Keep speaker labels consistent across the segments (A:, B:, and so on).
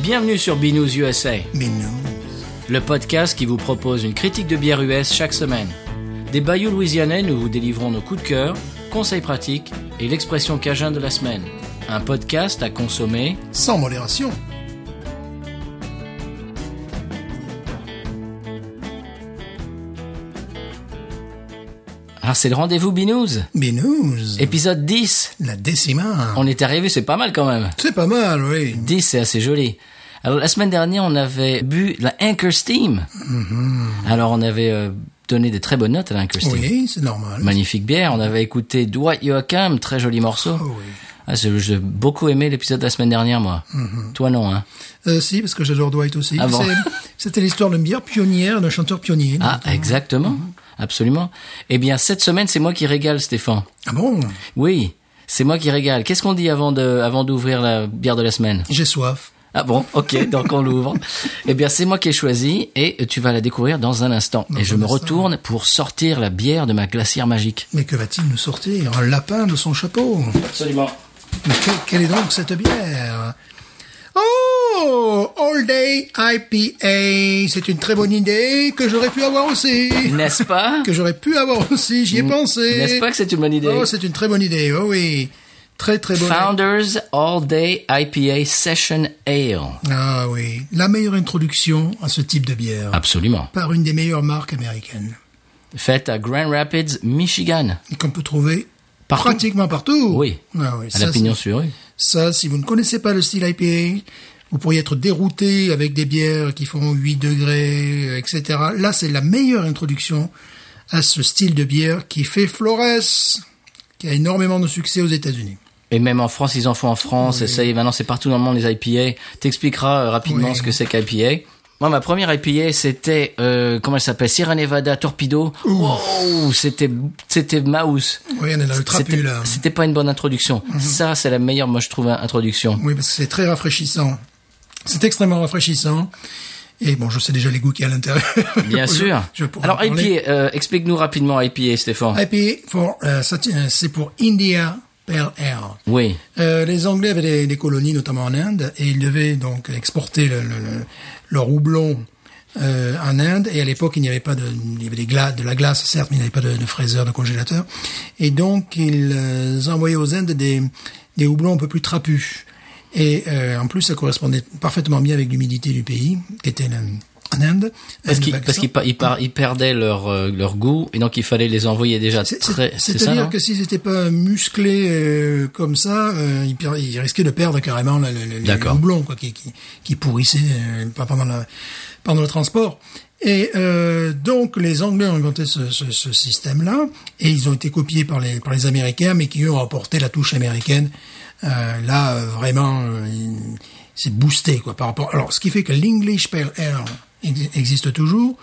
A: Bienvenue sur Binous USA,
B: Mais non.
A: le podcast qui vous propose une critique de bière US chaque semaine. Des bayous louisianais, nous vous délivrons nos coups de cœur, conseils pratiques et l'expression cajun de la semaine. Un podcast à consommer.
B: Sans modération.
A: Ah, c'est le rendez-vous Binous
B: Binous.
A: Épisode 10
B: La décimale.
A: On est arrivé, c'est pas mal quand même.
B: C'est pas mal, oui.
A: 10, c'est assez joli. Alors, la semaine dernière, on avait bu la Anchor Steam. Alors, on avait euh, donné des très bonnes notes à la Anchor Steam.
B: Mm-hmm. Oui, c'est normal.
A: Magnifique bière. On avait écouté Dwight Yoakam, très joli morceau.
B: Oh oui.
A: Ah, c'est- J'ai beaucoup aimé l'épisode de la semaine dernière, moi.
B: Mhm.
A: Toi, non, hein.
B: Euh, si, parce que j'adore Dwight aussi.
A: Ah bon
B: C'est- C'était l'histoire d'une bière pionnière, d'un chanteur pionnier.
A: Ah, exactement.
B: Mhm.
A: Absolument. Eh bien, cette semaine, c'est moi qui régale, Stéphane.
B: Ah bon
A: Oui. C'est moi qui régale. Qu'est-ce qu'on dit avant de, avant d'ouvrir la bière de la semaine?
B: J'ai soif.
A: Ah bon, ok, donc on l'ouvre. Eh bien, c'est moi qui ai choisi et tu vas la découvrir dans un instant. et je
B: un
A: me
B: instant.
A: retourne pour sortir la bière de ma glacière magique.
B: Mais que va-t-il nous sortir Un lapin de son chapeau.
A: Absolument.
B: Mais que- quelle est donc cette bière Oh All Day IPA. C'est une très bonne idée que j'aurais pu avoir aussi.
A: N'est-ce pas
B: Que j'aurais pu avoir aussi, j'y ai pensé.
A: Mm. N'est-ce pas que c'est une bonne idée
B: Oh, c'est une très bonne idée, oh oui. Très très bonne.
A: Founders All Day IPA Session Ale.
B: Ah oui, la meilleure introduction à ce type de bière
A: Ah. Absolument.
B: par une des meilleures marques américaines
A: Faite à Grand Rapids, Michigan.
B: et qu'on peut trouver
A: Partout.
B: pratiquement partout.
A: Oui.
B: Ah oui,
A: À la
B: ça,
A: pignon
B: c'est-
A: sur rue.
B: ça, si vous ne connaissez pas le style IPA, vous pourriez être dérouté avec des bières qui font 8 degrés, euh, etc. Là, c'est la meilleure introduction à ce style de bière qui fait Flores, qui a énormément de succès aux États-Unis.
A: Et même en France, ils en font en France. Et ça y est, maintenant, c'est partout dans le monde, les IPA. T'expliqueras euh, rapidement
B: Oui.
A: ce que c'est qu'IPA. Moi, ma première IPA, c'était, euh, comment elle s'appelle Sierra Nevada Torpedo. Wow, c'était, c'était mouse.
B: Oui, on est dans le
A: C'était,
B: trapu, là. hein. Mhm.
A: c'était pas une bonne introduction. Ça, c'est la meilleure, moi, je trouve, introduction.
B: Oui, parce que c'est très rafraîchissant. C'est extrêmement rafraîchissant. Et bon, je sais déjà les goûts qu'il y a à l'intérieur.
A: Bien
B: Je-
A: sûr.
B: je pourrais en
A: Alors,
B: parler.
A: IPA, euh, explique-nous rapidement IPA, Stéphane.
B: IPA, for, euh, ça tient- c'est pour India Pale Air.
A: Oui.
B: Euh, les Anglais avaient des, des colonies, notamment en Inde, et ils devaient donc exporter le, le- le- leur houblon euh, en Inde. Et à l'époque, il n'y avait pas de, il y avait des gla- de la glace, certes, mais il n'y avait pas de, de fraiseur, de congélateur. Et donc, ils euh, envoyaient aux Indes des, des houblons un peu plus trapus. Et euh, en plus, ça correspondait parfaitement bien avec l'humidité du pays, qui était le- en Inde.
A: Parce
B: Le
A: qu'ils,
B: Pakistan.
A: parce qu'ils, par- ils par- ils perdaient leur, euh, leur goût et donc il fallait les envoyer déjà
B: C'est-
A: très, c'est ça,
B: C'est-à-dire
A: non
B: que s'ils n'étaient pas musclés euh, comme ça, euh, ils, per- ils risquaient de perdre carrément le, le, le- le
A: D'accord.
B: houblon quoi, qui, qui, qui pourrissait euh, pas pendant, la- pendant le transport. Et euh, donc les Anglais ont inventé ce, ce- ce système-là et ils ont été copiés par les, par les Américains, mais qui eux ont apporté la touche américaine. Euh, là, euh, vraiment, euh, il- c'est boosté quoi par rapport. Alors, ce qui fait que l'English Pale Ale ex- existe toujours,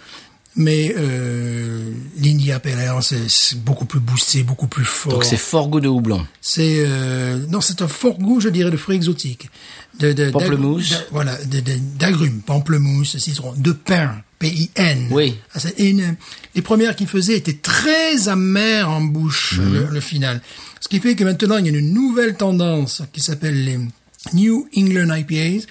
B: mais euh, l'India Pale Ale c'est c'est beaucoup plus boosté, beaucoup plus fort.
A: Donc c'est fort goût de houblon.
B: C'est euh, non, c'est un fort goût, je dirais, de fruits exotiques, de, de
A: Pamplemousse.
B: d'ag- d'a- voilà, de- de- d'agrumes, pamplemousse, citron, de pain, P-I-N.
A: Oui.
B: Ah, c'est une- les premières qu'il faisait étaient très amères en bouche
A: Mhm.
B: le, le final, ce qui fait que maintenant il y a une nouvelle tendance qui s'appelle les New England IPAs.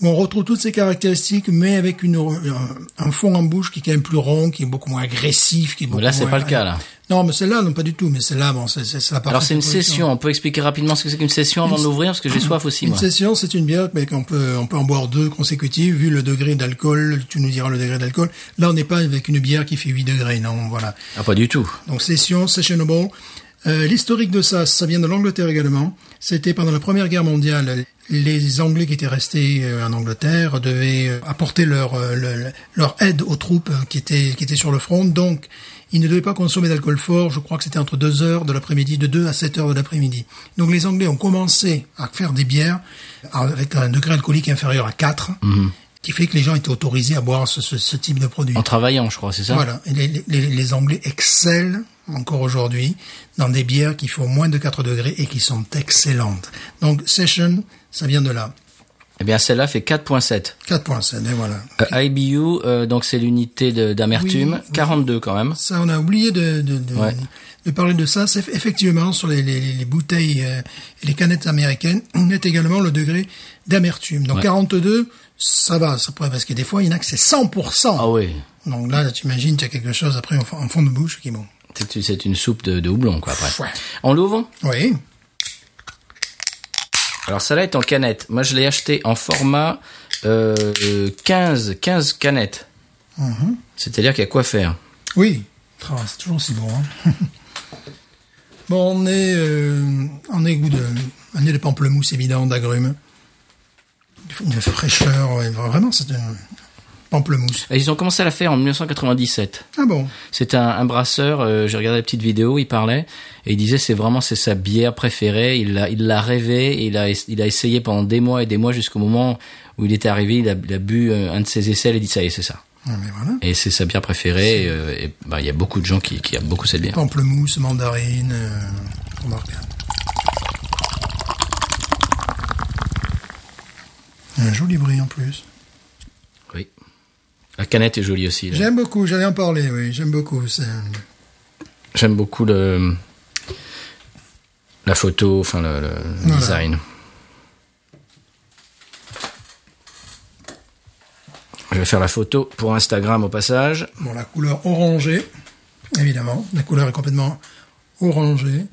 B: Où on retrouve toutes ces caractéristiques, mais avec une, un, un fond en bouche qui est quand même plus rond, qui est beaucoup moins agressif, qui est beaucoup
A: là, c'est
B: moins- euh,
A: pas le cas, là.
B: Non, mais celle-là, non, pas du tout. Mais celle-là, bon, c'est c'est- c'est la
A: Alors c'est une
B: parfaite position.
A: session. On peut expliquer rapidement ce que c'est qu'une session avant de l'ouvrir parce que j'ai soif aussi
B: Une
A: moi.
B: session, c'est une bière, mais qu'on peut, on peut en boire deux consécutives, vu le degré d'alcool, tu nous diras le degré d'alcool. Là, on n'est pas avec une bière qui fait 8 degrés, non, voilà.
A: Ah pas du tout.
B: Donc, session, sessionable. Euh, L'historique de ça, ça vient de l'Angleterre également. C'était pendant la Première Guerre mondiale. Les Anglais qui étaient restés euh, en Angleterre devaient euh, apporter leur, euh, le- leur aide aux troupes euh, qui étaient, qui étaient sur le front. Donc, ils ne devaient pas consommer d'alcool fort. Je crois que c'était entre 2 heures de l'après-midi, de 2 à 7 heures de l'après-midi. Donc, les Anglais ont commencé à faire des bières avec un degré alcoolique inférieur à 4, qui fait que les gens étaient autorisés à boire ce, ce- ce type de produit.
A: En travaillant, je crois, c'est ça.
B: Voilà, Et les, les- les- les Anglais excellent encore aujourd'hui dans des bières qui font moins de 4 degrés et qui sont excellentes. Donc session, ça vient de là.
A: Eh bien, celle-là fait 4.7.
B: 4.7, et voilà.
A: Euh, IBU, euh, donc c'est l'unité de- d'amertume,
B: Oui, oui.
A: 42 quand même.
B: Ça, on a oublié de, de, de,
A: Ouais.
B: de parler de ça. C'est effectivement sur les, les, les bouteilles euh, et les canettes américaines, on est également le degré d'amertume. Donc
A: Ouais.
B: 42, ça va, ça pourrait parce que des fois il y en a que c'est 100%.
A: Ah oui,
B: Donc là, tu imagines, tu as quelque chose après en, fond- en fond de bouche qui monte.
A: c'est c'est une soupe de, de houblon quoi après.
B: Ouais.
A: On l'ouvre
B: Oui.
A: Alors celle-là est en canette. Moi je l'ai acheté en format euh, euh, 15, 15 canettes.
B: Mhm.
A: C'est-à-dire qu'il y a quoi faire.
B: Oui. Ah, c'est toujours aussi bon. hein. bon, on est, euh, on est goût de, on est de pamplemousse évident, d'agrumes, une fraîcheur. ouais, vraiment, c'est une pamplemousse.
A: Et ils ont commencé à la faire en 1997.
B: Ah bon.
A: C'est un, un brasseur, euh, j'ai regardé la petite vidéo, il parlait, et il disait c'est vraiment c'est sa bière préférée, il l'a il l'a rêvé, et il a, es- il a essayé pendant des mois et des mois jusqu'au moment où il était arrivé, il a, il a bu euh, un de ses essais, et il a dit ça y est, c'est ça.
B: Ah, Mais voilà.
A: Et c'est sa bière préférée, et, euh, et, ben, il y a beaucoup de gens qui, qui aiment beaucoup cette bière.
B: Pamplemousse, mandarine, euh, remarque. Un joli bruit en plus.
A: Oui. La canette est jolie aussi. là.
B: J'aime beaucoup, j'allais en parler, oui, j'aime beaucoup. c'est-
A: J'aime beaucoup le la photo, enfin le, le
B: Voilà.
A: design. Je vais faire la photo pour Instagram au passage.
B: Bon, la couleur orangée, évidemment, la couleur est complètement orangée.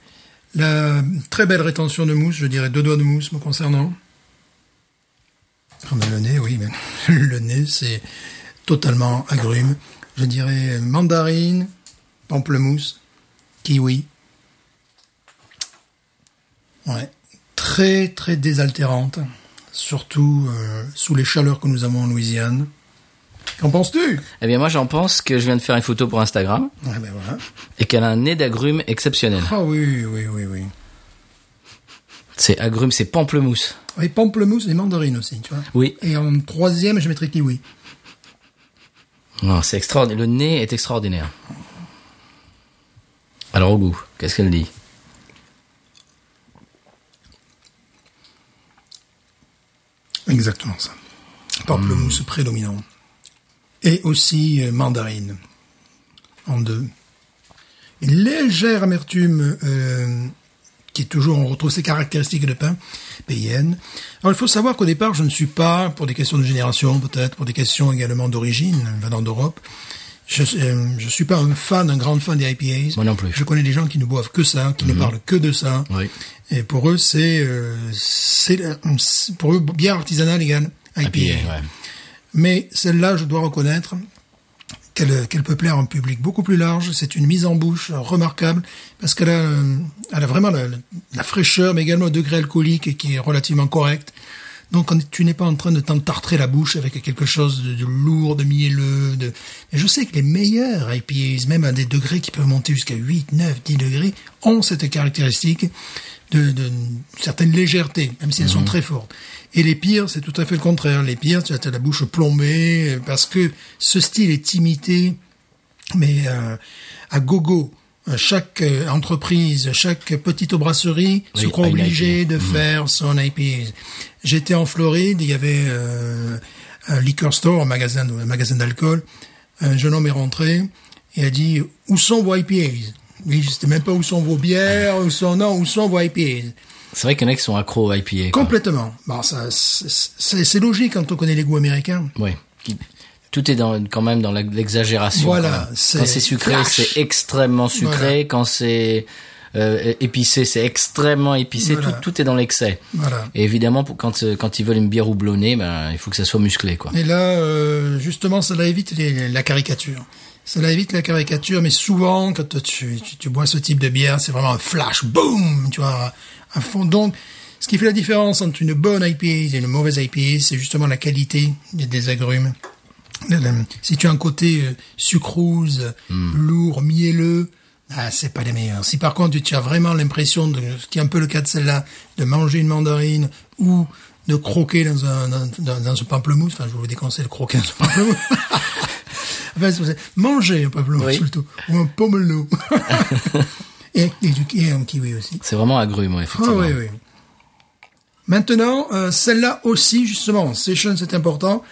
B: La très belle rétention de mousse, je dirais deux doigts de mousse me concernant. Ah ben, le nez, oui, mais le nez, c'est totalement agrume. Je dirais mandarine, pamplemousse, kiwi. Ouais, très très désaltérante, surtout euh, sous les chaleurs que nous avons en Louisiane. Qu'en penses-tu
A: Eh bien moi j'en pense que je viens de faire une photo pour Instagram
B: Ouais, ben voilà.
A: et qu'elle a un nez d'agrumes exceptionnel.
B: Ah oui, oui, oui, oui.
A: C'est agrumes, c'est pamplemousse.
B: Et pamplemousse et mandarine aussi, tu vois.
A: Oui.
B: Et en troisième, je mettrais kiwi.
A: Non, c'est extraordinaire. Le nez est extraordinaire. Alors au goût, qu'est-ce qu'elle dit
B: Exactement ça.
A: Hmm.
B: Pamplemousse prédominant. Et aussi euh, mandarine. En deux. Une légère amertume euh, qui est toujours, on retrouve ses caractéristiques de pain payenne. Alors il faut savoir qu'au départ, je ne suis pas, pour des questions de génération peut-être, pour des questions également d'origine, venant d'Europe, je euh, je suis pas un fan, un grand fan des IPAs.
A: Moi non plus. Mhm.
B: Je connais des gens qui ne boivent que ça, qui ne parlent que de ça.
A: Oui.
B: Et pour eux, c'est euh, c'est la- c'est- pour eux bière artisanale égale IPA.
A: Ah, ouais.
B: Mais celle-là, je dois reconnaître qu'elle qu'elle peut plaire à un public beaucoup plus large. C'est une mise en bouche remarquable parce qu'elle a euh, elle a vraiment la, la- la fraîcheur, mais également un degré alcoolique qui est relativement correct. Donc on est- tu n'es pas en train de t'entartrer la bouche avec quelque chose de, de lourd, de mielleux. De... Et je sais que les meilleurs IPAs, même à des degrés qui peuvent monter jusqu'à 8, 9, 10 degrés, ont cette caractéristique de, de certaine légèreté, même si elles sont très fortes. Et les pires, c'est tout à fait le contraire. Les pires, tu as t'as la bouche plombée euh, parce que ce style est imité mais euh, à gogo. Euh, Chaque euh, entreprise, chaque petite brasserie se
A: Oui,
B: croit
A: une Mm.
B: obligée de faire son IPA. J'étais en Floride, il y avait euh, un liquor store, un magasin, de- un magasin d'alcool. Un jeune homme est rentré et a dit « Où sont vos IPAs ?» Oui, je sais même pas où sont vos bières, où sont non, où sont vos IPAs.
A: C'est vrai qu'il y en a qui sont accros à IPA. quoi.
B: Complètement. Bon, ça, c'est- c'est c'est logique quand on connaît les goûts américains.
A: Oui. Qui- Tout est dans, quand même dans la- l'exagération.
B: Voilà,
A: quand même.
B: c'est
A: Quand c'est sucré,
B: flash.
A: c'est extrêmement sucré.
B: Voilà.
A: Quand c'est euh, épicé, c'est extrêmement épicé.
B: Voilà.
A: Tout, tout est dans l'excès.
B: Voilà.
A: Et évidemment, pour, quand, euh, quand ils veulent une bière houblonnée, ben, il faut que ça soit musclé, quoi.
B: Et là, euh, justement, cela évite les- la caricature. Cela évite la caricature, mais souvent, quand tu, tu, tu bois ce type de bière, c'est vraiment un flash, boum, tu vois, à fond. Donc, ce qui fait la différence entre une bonne IPA et une mauvaise IPA, c'est justement la qualité des, des agrumes. Le- le- Si tu as un côté euh, sucrose, lourd, mielleux, ah, c'est pas les meilleurs. Si par contre tu as vraiment l'impression de ce qui est un peu le cas de celle-là, de manger une mandarine ou de croquer dans un dans, dans- dans un pamplemousse, enfin je vous déconseille de croquer dans un pamplemousse. enfin, c'est pour ça. manger un pamplemousse
A: Oui.
B: plutôt ou un pomelo et, et, du- et un kiwi aussi.
A: C'est vraiment agrume, ouais,
B: Ah
A: effectivement.
B: oui oui. Maintenant, euh, celle-là aussi, justement, Session, c'est important.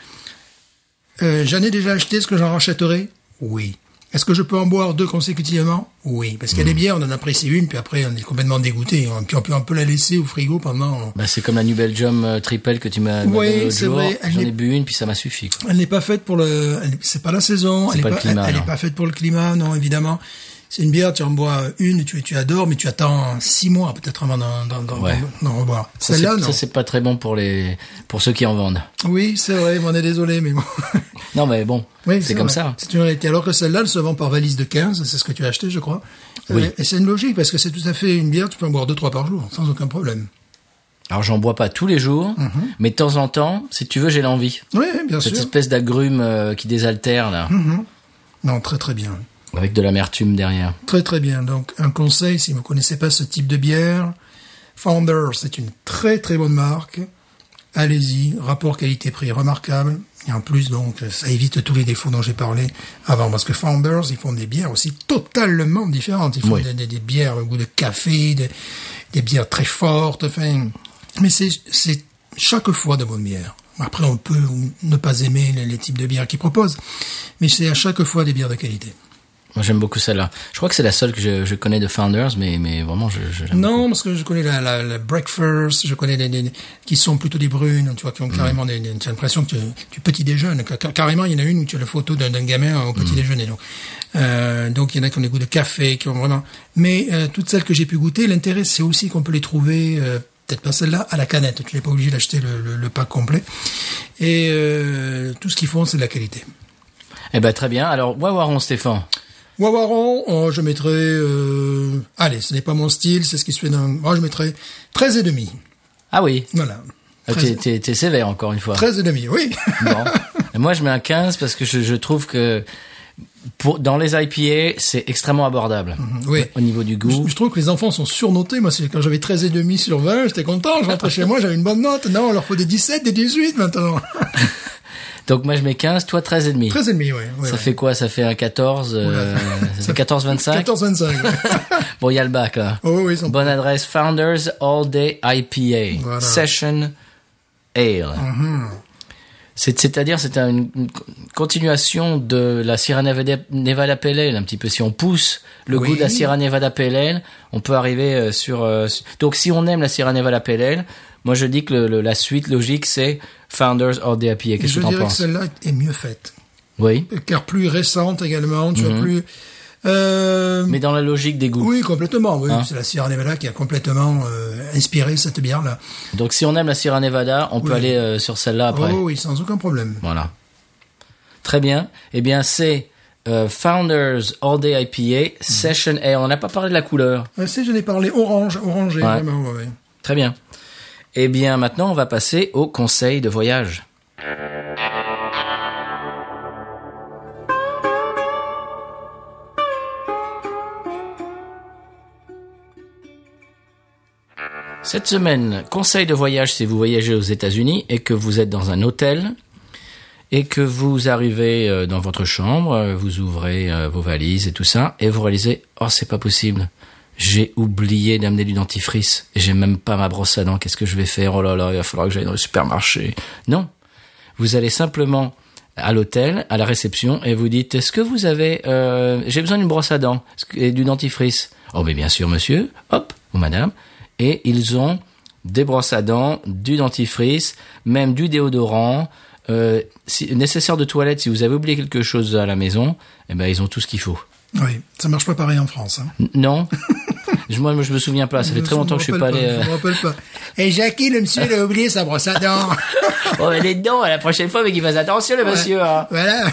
B: Euh, j'en ai déjà acheté, est-ce que j'en rachèterai Oui. Est-ce que je peux en boire deux consécutivement Oui. Parce qu'il y
A: Hmm.
B: a des bières, on en apprécie une, puis après on est complètement dégoûté. hein. Puis on peut un peu la laisser au frigo pendant...
A: Bah, c'est comme la New Belgium euh, Triple que tu m'as
B: Oui,
A: donné l'autre
B: c'est
A: jour.
B: vrai, elle
A: J'en
B: est-
A: ai bu une, puis ça m'a suffi. quoi.
B: Elle n'est pas faite pour le... elle- C'est pas la saison,
A: C'est
B: elle n'est
A: pas le
B: pas,
A: climat,
B: elle est
A: non.
B: pas faite pour le climat, non, évidemment. C'est une bière, tu en bois une, tu, tu adores, mais tu attends six mois peut-être avant d'en d'en- d'en-
A: Ouais.
B: d'en reboire.
A: Ça,
B: Celle-là,
A: c'est-
B: non.
A: ça, c'est pas très bon pour les pour ceux qui en vendent.
B: Oui, c'est vrai, mais on est désolé, mais bon.
A: Non, mais bon,
B: Oui,
A: c'est comme
B: vrai.
A: ça.
B: C'est une réalité. Alors que celle-là, elle se vend par valise de 15, c'est ce que tu as acheté, je crois.
A: Oui.
B: Euh, Et c'est une logique, parce que c'est tout à fait une bière, tu peux en boire deux, trois par jour, sans aucun problème.
A: Alors, j'en bois pas tous les jours,
B: Mhm.
A: mais de temps en temps, si tu veux, j'ai l'envie.
B: Oui, oui, bien
A: Cette
B: sûr.
A: espèce d'agrume euh, qui désaltère, là,
B: Hmm. Non, très très bien.
A: avec de l'amertume derrière.
B: Très très bien. Donc, un conseil, si vous connaissez pas ce type de bière, Founder, c'est une très très bonne marque. Allez-y, rapport qualité-prix remarquable. Et en plus, donc, ça évite tous les défauts dont j'ai parlé avant. Parce que Founders, ils font des bières aussi totalement différentes. Ils font
A: Oui.
B: des, des- des bières au goût de café, des, des bières très fortes, enfin. Mais c'est, c'est chaque fois de bonnes bières. Après, on peut ne pas aimer les, les types de bières qu'ils proposent. Mais c'est à chaque fois des bières de qualité.
A: Moi, j'aime beaucoup celle-là. Je crois que c'est la seule que je, je connais de Founders, mais, mais vraiment, je, je l'aime
B: Non, parce que je connais la, la, la breakfast, je connais les, les- qui sont plutôt des brunes, tu vois, qui ont carrément des, des- t'as l'impression que tu, tu petit déjeunes. Car- Carrément, il y en a une où tu as la photo d'un d'un gamin au petit déjeuner. Donc, Euh, donc il y en a qui ont des goûts de café, qui ont vraiment. Mais euh, toutes celles que j'ai pu goûter, l'intérêt c'est aussi qu'on peut les trouver. euh, Peut-être pas celle-là, à la canette. Tu n'es pas obligé d'acheter le, le, le pack complet. Et euh, tout ce qu'ils font, c'est de la qualité.
A: Eh ben, très bien. Alors, Wawaron, Stéphane.
B: Wawaron, oh, je mettrais... euh, Allez, ce n'est pas mon style, c'est ce qui se fait dans... Moi, je mettrais 13 et demi.
A: Ah oui.
B: Voilà.
A: Ah,
B: 13,
A: T'es, t'es- t'es sévère, encore une fois.
B: 13 et demi, oui.
A: Bon. Et Moi, je mets un 15 parce que je, je trouve que pour, dans les IPA, c'est extrêmement abordable.
B: Mhm. oui.
A: Au niveau du
B: Je,
A: goût.
B: je trouve que les enfants sont surnotés. Moi, c'est quand j'avais 13 et demi sur 20, j'étais content. Je rentrais chez moi, j'avais une bonne note. Non, il leur faut des 17, des 18 maintenant.
A: Donc, moi, je mets 15, toi, 13 et demi.
B: 13 et demi, oui. oui,
A: ça
B: oui.
A: fait quoi Ça fait un 14, euh, c'est 14-25
B: 14, 25. ouais.
A: Bon, il y a le bac, là.
B: oh, oui, ils sont...
A: Bonne adresse, Founders All Day IPA.
B: Voilà.
A: Session Ale. C'est- C'est-à-dire, c'est un- une, continuation de la Sierra Nevada, Nevada Pale Ale, un petit peu. Si on pousse le
B: Oui.
A: goût de la Sierra Nevada Pale Ale, on peut arriver euh, sur... euh, su- donc, si on aime la Sierra Nevada Pale Ale, moi, je dis que le- le- la suite logique, c'est Founders All Day IPA. Qu'est-ce
B: Je
A: que t'en
B: dirais que
A: penses
B: celle-là est mieux faite.
A: Oui.
B: Car plus récente également, tu as plus... Euh...
A: Mmh. Mais dans la logique des goûts.
B: Oui, complètement. Oui,
A: Hein.
B: c'est la Sierra Nevada qui a complètement euh, inspiré cette bière-là.
A: Donc, si on aime la Sierra Nevada, on peut
B: Oui.
A: aller euh, sur celle-là après.
B: Oh oui, sans aucun problème.
A: Voilà. Très bien. Eh bien, c'est euh, Founders All Day IPA Session Air. On n'a pas parlé de la couleur.
B: Euh, c'est, j'en ai parlé orange, orangé,
A: Ouais.
B: vraiment, ouais, ouais.
A: Très bien. Eh bien, maintenant, on va passer au conseil de voyage. Cette semaine, conseil de voyage si vous voyagez aux États-Unis et que vous êtes dans un hôtel et que vous arrivez euh, dans votre chambre, euh, vous ouvrez euh, vos valises et tout ça et vous réalisez oh c'est pas possible. J'ai oublié d'amener du dentifrice et j'ai même pas ma brosse à dents. Qu'est-ce que je vais faire Oh là là, il va falloir que j'aille dans le supermarché. Non. Vous allez simplement à l'hôtel, à la réception et vous dites est-ce que vous avez euh, j'ai besoin d'une brosse à dents Est-ce que- et du dentifrice. Oh mais bien sûr monsieur. Hop, ou madame et ils ont des brosses à dents, du dentifrice, même du déodorant, euh, si, nécessaire de toilette si vous avez oublié quelque chose à la maison, eh ben ils ont tout ce qu'il faut.
B: Oui, ça marche pas pareil en France. Hein.
A: N- non Je- Moi, je me souviens pas. Ça fait très longtemps que je suis
B: me
A: pas allé.
B: rappelle
A: euh,
B: Je me rappelle pas. Et Jackie, le monsieur, il a oublié sa brosse à dents.
A: Oh, elle est dedans. à La prochaine fois, mais qu'il fasse attention, le monsieur. hein.
B: voilà.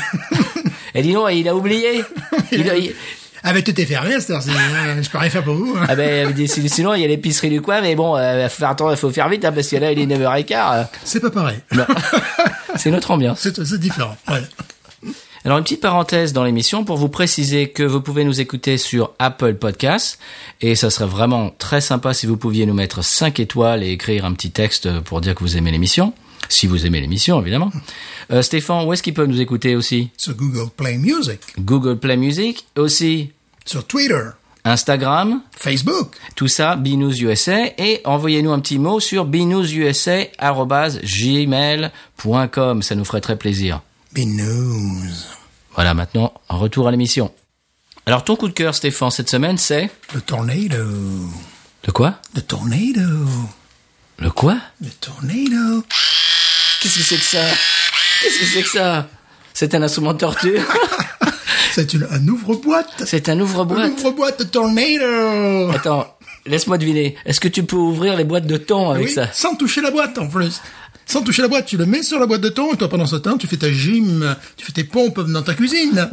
A: Et dis donc, il a oublié. Il a- il-
B: Ah ben tout est fermé, c'est je peux rien faire pour vous. hein.
A: Ah ben, elle dit, sinon, il y a l'épicerie du coin, mais bon, euh, faut, faire attention, faut faire vite, hein, parce que là, il est 9h15.
B: C'est pas pareil.
A: Non. euh, C'est notre ambiance.
B: C'est c'est différent. Voilà.
A: Alors une petite parenthèse dans l'émission pour vous préciser que vous pouvez nous écouter sur Apple Podcasts et ça serait vraiment très sympa si vous pouviez nous mettre 5 étoiles et écrire un petit texte pour dire que vous aimez l'émission. Si vous aimez l'émission, évidemment. Euh, Stéphane, où est-ce qu'ils peuvent nous écouter aussi
B: Sur Google Play Music,
A: Google Play Music, aussi
B: sur Twitter,
A: Instagram,
B: Facebook.
A: tout ça, Binous USA, et envoyez-nous un petit mot sur binoususa.gmail.com, ça nous ferait très plaisir.
B: Big news.
A: Voilà, maintenant, un retour à l'émission. Alors, ton coup de cœur, Stéphane, cette semaine, c'est...
B: Le tornado.
A: Le quoi
B: Le tornado.
A: Le quoi
B: Le tornado.
A: Qu'est-ce que c'est que ça Qu'est-ce que c'est que ça C'est un instrument de torture
B: C'est une- un ouvre-boîte.
A: C'est un
B: Un
A: ouvre-boîte
B: ouvre-boîte tornado.
A: Attends, laisse-moi deviner. Est-ce que tu peux ouvrir les boîtes de thon avec
B: Ah Oui,
A: ça
B: Sans toucher la boîte, en plus. Sans toucher la boîte, tu le mets sur la boîte de thon et toi, pendant ce temps, tu fais ta gym, tu fais tes pompes dans ta cuisine.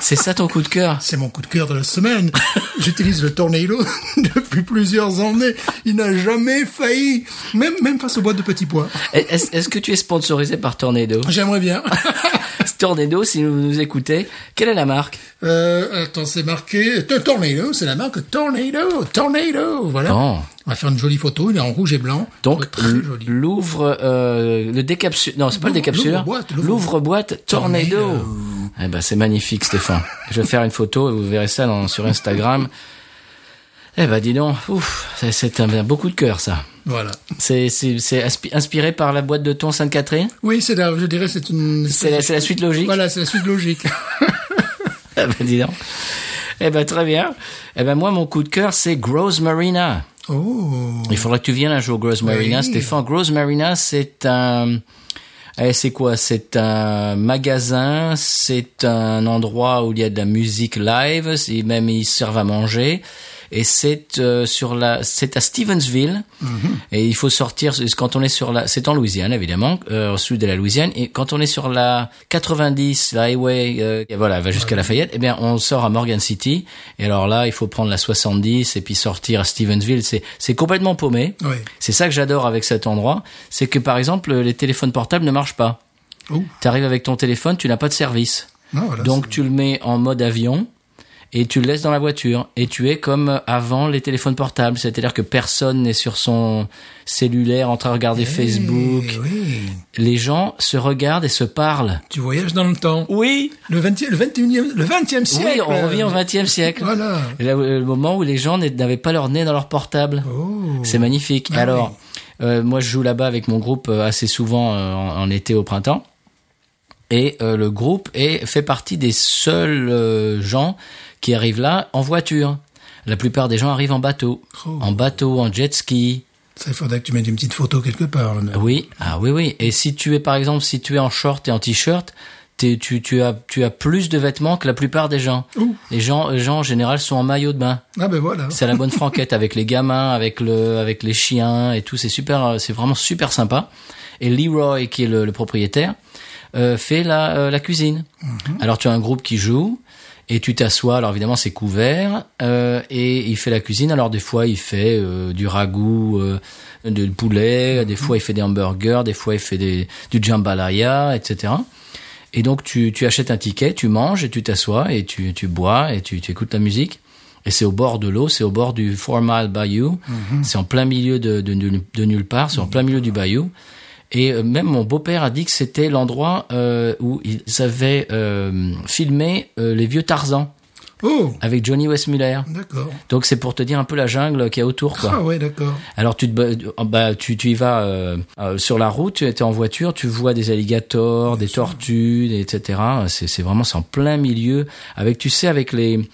A: C'est ça ton coup de cœur
B: C'est mon coup de cœur de la semaine. J'utilise le Tornado depuis plusieurs années. Il n'a jamais failli, même, même face aux boîtes de petits pois.
A: Est-ce est-ce que tu es sponsorisé par Tornado
B: J'aimerais bien.
A: Tornado, si vous nous écoutez, quelle est la marque
B: Euh, attends, c'est marqué T- Tornado, c'est la marque Tornado, Tornado, voilà.
A: Oh.
B: On va faire une jolie photo, il est en rouge et blanc.
A: Donc
B: très joli.
A: l'ouvre euh, le décapsule non c'est pas le
B: L'ouvre-
A: décapsule
B: l'ouvre-boîte, l'ouvre-
A: l'ouvre boîte tornado.
B: Tornado.
A: Eh ben c'est magnifique Stéphane. Je vais faire une photo et vous verrez ça dans- sur Instagram. Eh ben dis donc, ouf, c'est- c'est un, un beau coup de cœur ça.
B: Voilà.
A: C'est c'est c'est inspi- inspiré par la boîte de thon Sainte-Catherine.
B: Oui, c'est la, je dirais, c'est une.
A: C'est la, c'est la suite logique.
B: Voilà, c'est la suite logique.
A: Eh ben dis donc. Eh ben très bien. Eh ben moi mon coup de cœur c'est Gross Marina.
B: oh.
A: Il faudra que tu viennes un jour, Gross Marina.
B: Oui.
A: Stéphane, Gross Marina, c'est un... eh, c'est quoi C'est un magasin, c'est un endroit où il y a de la musique live, c'est- même ils servent à manger. Et c'est euh, sur la, c'est à Stevensville. Et il faut sortir quand on est sur la, c'est en Louisiane évidemment, euh, au sud de la Louisiane. Et quand on est sur la 90, la highway, euh, et voilà, elle va jusqu'à Lafayette. Eh bien, on sort à Morgan City. Et alors là, il faut prendre la 70 et puis sortir à Stevensville. C'est c'est complètement paumé.
B: Oui.
A: C'est ça que j'adore avec cet endroit, c'est que par exemple les téléphones portables ne marchent pas.
B: Oh.
A: T'arrives avec ton téléphone, tu n'as pas de service.
B: Non, voilà,
A: Donc tu le mets en mode avion et tu le laisses dans la voiture et tu es comme avant les téléphones portables, c'est-à-dire que personne n'est sur son cellulaire en train de regarder
B: c'est-
A: Facebook.
B: Eh oui.
A: Les gens se regardent et se parlent.
B: Tu voyages dans le temps.
A: Oui,
B: Le 20 le 21e, le 20e siècle.
A: oui, on revient au XXe siècle.
B: Voilà.
A: Et là, le moment où les gens n'est- n'avaient pas leur nez dans leur portable.
B: Oh.
A: C'est magnifique.
B: Ah
A: Alors, euh, moi, je joue là-bas avec mon groupe euh, assez souvent euh, en, en été au printemps. Et euh, le groupe est, fait partie des seuls euh, gens qui arrivent là en voiture. La plupart des gens arrivent en bateau.
B: Oh.
A: En bateau, en jet ski.
B: Ça, il faudrait que tu mettes une petite photo quelque part. là.
A: Oui, ah oui, oui. Et si tu es, par exemple, si tu es en short et en t-shirt, t'es- tu, tu, as, tu as plus de vêtements que la plupart des gens.
B: Ouh.
A: Les gens, les gens en général, sont en maillot de bain.
B: Oh. Ah ben voilà.
A: C'est la bonne franquette avec les gamins, avec le, avec les chiens et tout. C'est super, euh, c'est vraiment super sympa. Et Leroy, qui est le, le propriétaire, euh, fait la, euh, la cuisine. Alors tu as un groupe qui joue et tu t'assois. Alors évidemment c'est couvert euh, et il fait la cuisine. Alors des fois il fait euh, du ragoût, euh, de poulet. Des fois il fait des hamburgers. Des fois il fait des, du jambalaya, etc. Et donc tu, tu achètes un ticket, tu manges et tu t'assois et tu, tu bois et tu, tu écoutes la musique. Et c'est au bord de l'eau, c'est au bord du Four Mile Bayou. C'est en plein milieu de, de, nulle- de nulle part, c'est en plein milieu du bayou. Et euh, même mon beau-père a dit que c'était l'endroit euh, où ils avaient euh, filmé euh, les vieux Tarzans
B: Oh,
A: avec Johnny Westmuller.
B: d'accord.
A: Donc c'est pour te dire un peu la jungle qu'il y a autour. Quoi.
B: Ah ouais, d'accord.
A: Alors tu, te, ba- bah, tu, tu y vas euh, euh, sur la route, tu es en voiture, tu vois des alligators, des tortues, des- etc. C'est c'est vraiment c'est en plein milieu avec tu sais avec les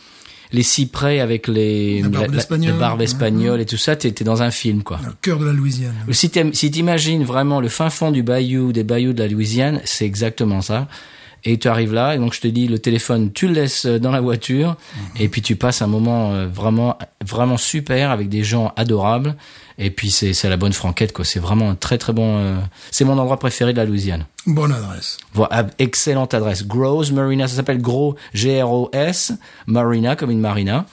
A: les cyprès avec les
B: La barbe d'Espagnol. hein.
A: la barbe espagnole et tout ça, t'es t'es dans un film quoi.
B: Dans le cœur de la Louisiane.
A: Si t'aimes- si t'imagines vraiment le fin fond du bayou, des bayous de la Louisiane, c'est exactement ça. Et tu arrives là, et donc je te dis, le téléphone, tu le laisses euh, dans la voiture, et puis tu passes un moment euh, vraiment, vraiment super avec des gens adorables. Et puis c'est c'est la bonne franquette, quoi. C'est vraiment un très très bon. euh, c'est mon endroit préféré de la Louisiane.
B: Bonne adresse.
A: Voilà, ab- excellente adresse. Gross Marina, ça s'appelle Gros, G-R-O-S, Marina, comme une marina.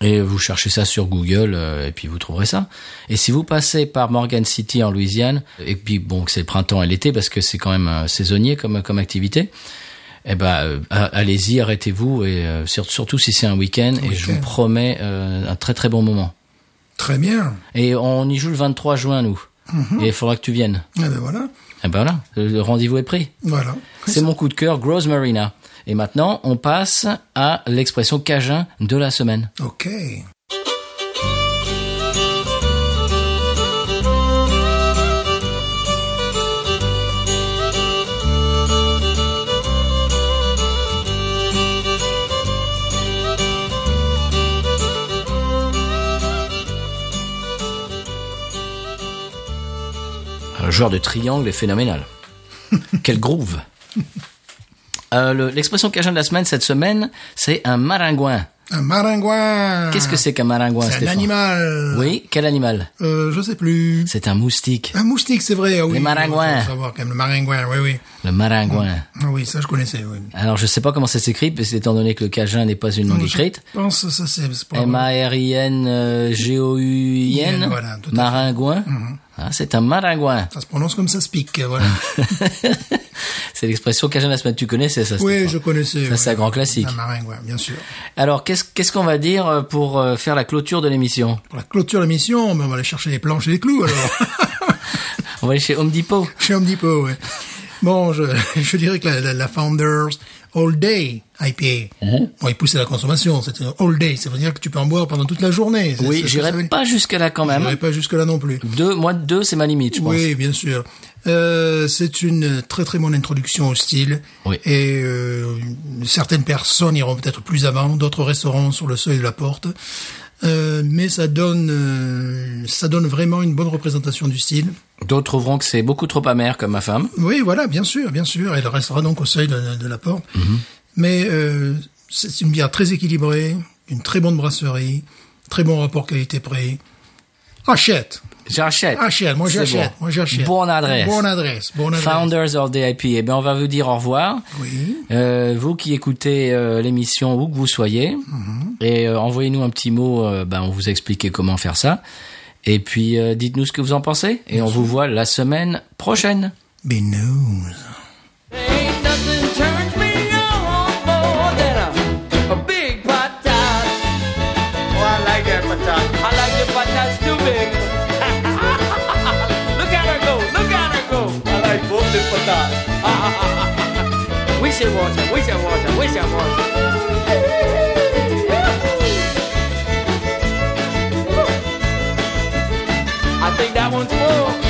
A: Et vous cherchez ça sur Google, euh, et puis vous trouverez ça. Et si vous passez par Morgan City en Louisiane, et puis bon, que c'est le printemps et l'été, parce que c'est quand même euh, saisonnier comme, comme activité, eh ben, euh, a- allez-y, arrêtez-vous, et euh, sur- surtout si c'est un week-end, et je
B: week-end.
A: vous promets euh, un très très bon moment.
B: Très bien.
A: Et on y joue le 23 juin, nous. Et il faudra que tu viennes.
B: Ah ben voilà.
A: Eh ben voilà, le- le rendez-vous est pris.
B: Voilà.
A: C'est mon coup de cœur, Gross Marina. Et maintenant, on passe à l'expression cajun de la semaine.
B: Ok.
A: Le joueur de triangle est phénoménal. Quel groove Euh, le- L'expression cajun de la semaine, cette semaine, c'est un maringouin.
B: Un maringouin.
A: Qu'est-ce que c'est qu'un maringouin,
B: Ah. C'est un
A: Stéphane
B: animal.
A: Oui, quel animal
B: Euh, je sais plus.
A: C'est un moustique,
B: Un moustique, c'est vrai. ah oui,
A: Les maringouins.
B: Il faut savoir quand même, le maringouin, oui, oui.
A: le maringouin.
B: Ah Oui, ça je connaissais, oui.
A: Alors, je sais pas comment ça s'écrit, parce que, étant donné que le cajun n'est pas une langue écrite.
B: Je pense que ça c'est c'est pas
A: euh, M-A-R-I-N-G-O-U-I-N,
B: Voilà, tout à fait. Mm-hmm.
A: maringouin. Ah, c'est un maringouin.
B: Ça se prononce comme ça se pique, voilà.
A: c'est l'expression cajun de la semaine. Tu connais, c'est ça
B: oui,
A: Stéphane
B: je connaissais.
A: Ça, c'est
B: oui.
A: un grand classique.
B: Un maringouin, bien sûr.
A: Alors, qu'est-ce qu'est-ce qu'on va dire euh, pour euh, faire la clôture de l'émission
B: Pour la clôture de la mission, ben, on va aller chercher les planches et les clous, alors.
A: On va aller chez Home Depot.
B: Chez Home Depot, ouais. Bon, je, je dirais que la, la, la Founders All Day IPA,
A: Uh-huh.
B: bon, ils poussaient la consommation, c'était All Day, ça veut dire que tu peux en boire pendant toute la journée. C'est-
A: Oui,
B: c'est- ça
A: j'irai
B: veut-
A: pas jusqu'à là quand
B: j'irai
A: même.
B: pas jusque-là non plus.
A: Deux, moi, deux, c'est ma limite, je pense.
B: Oui, bien sûr. Euh, c'est une très très bonne introduction au style.
A: Oui.
B: Et euh, certaines personnes iront peut-être plus avant, d'autres resteront sur le seuil de la porte. Euh, mais ça donne, euh, ça donne vraiment une bonne représentation du style.
A: D'autres trouveront que c'est beaucoup trop amer, comme ma femme.
B: Oui, voilà, bien sûr, bien sûr. Elle restera donc au seuil de, de la porte.
A: Mm-hmm.
B: Mais euh, c'est une bière très équilibrée, une très bonne brasserie, très bon rapport qualité-prix. Achète,
A: J'achète.
B: achète, moi
A: C'est
B: j'achète,
A: bon.
B: moi j'achète.
A: Bonne adresse.
B: Bonne adresse, bonne adresse.
A: Founders of the IP. Eh bien, on va vous dire au revoir.
B: Oui.
A: Euh, vous qui écoutez euh, l'émission où que vous soyez, et euh, envoyez-nous un petit mot, euh, ben, on vous a expliqué comment faire ça. Et puis, euh, dites-nous ce que vous en pensez. Et on vous voit la semaine prochaine.
B: Be news.
C: Ain't nothing turns me on more than a, a big patat. Oh, I like that patat. I like the patats too big. look at her go, look at her go. I like both the patats. we should watch her, we should watch her, we should watch her. I think that one's full.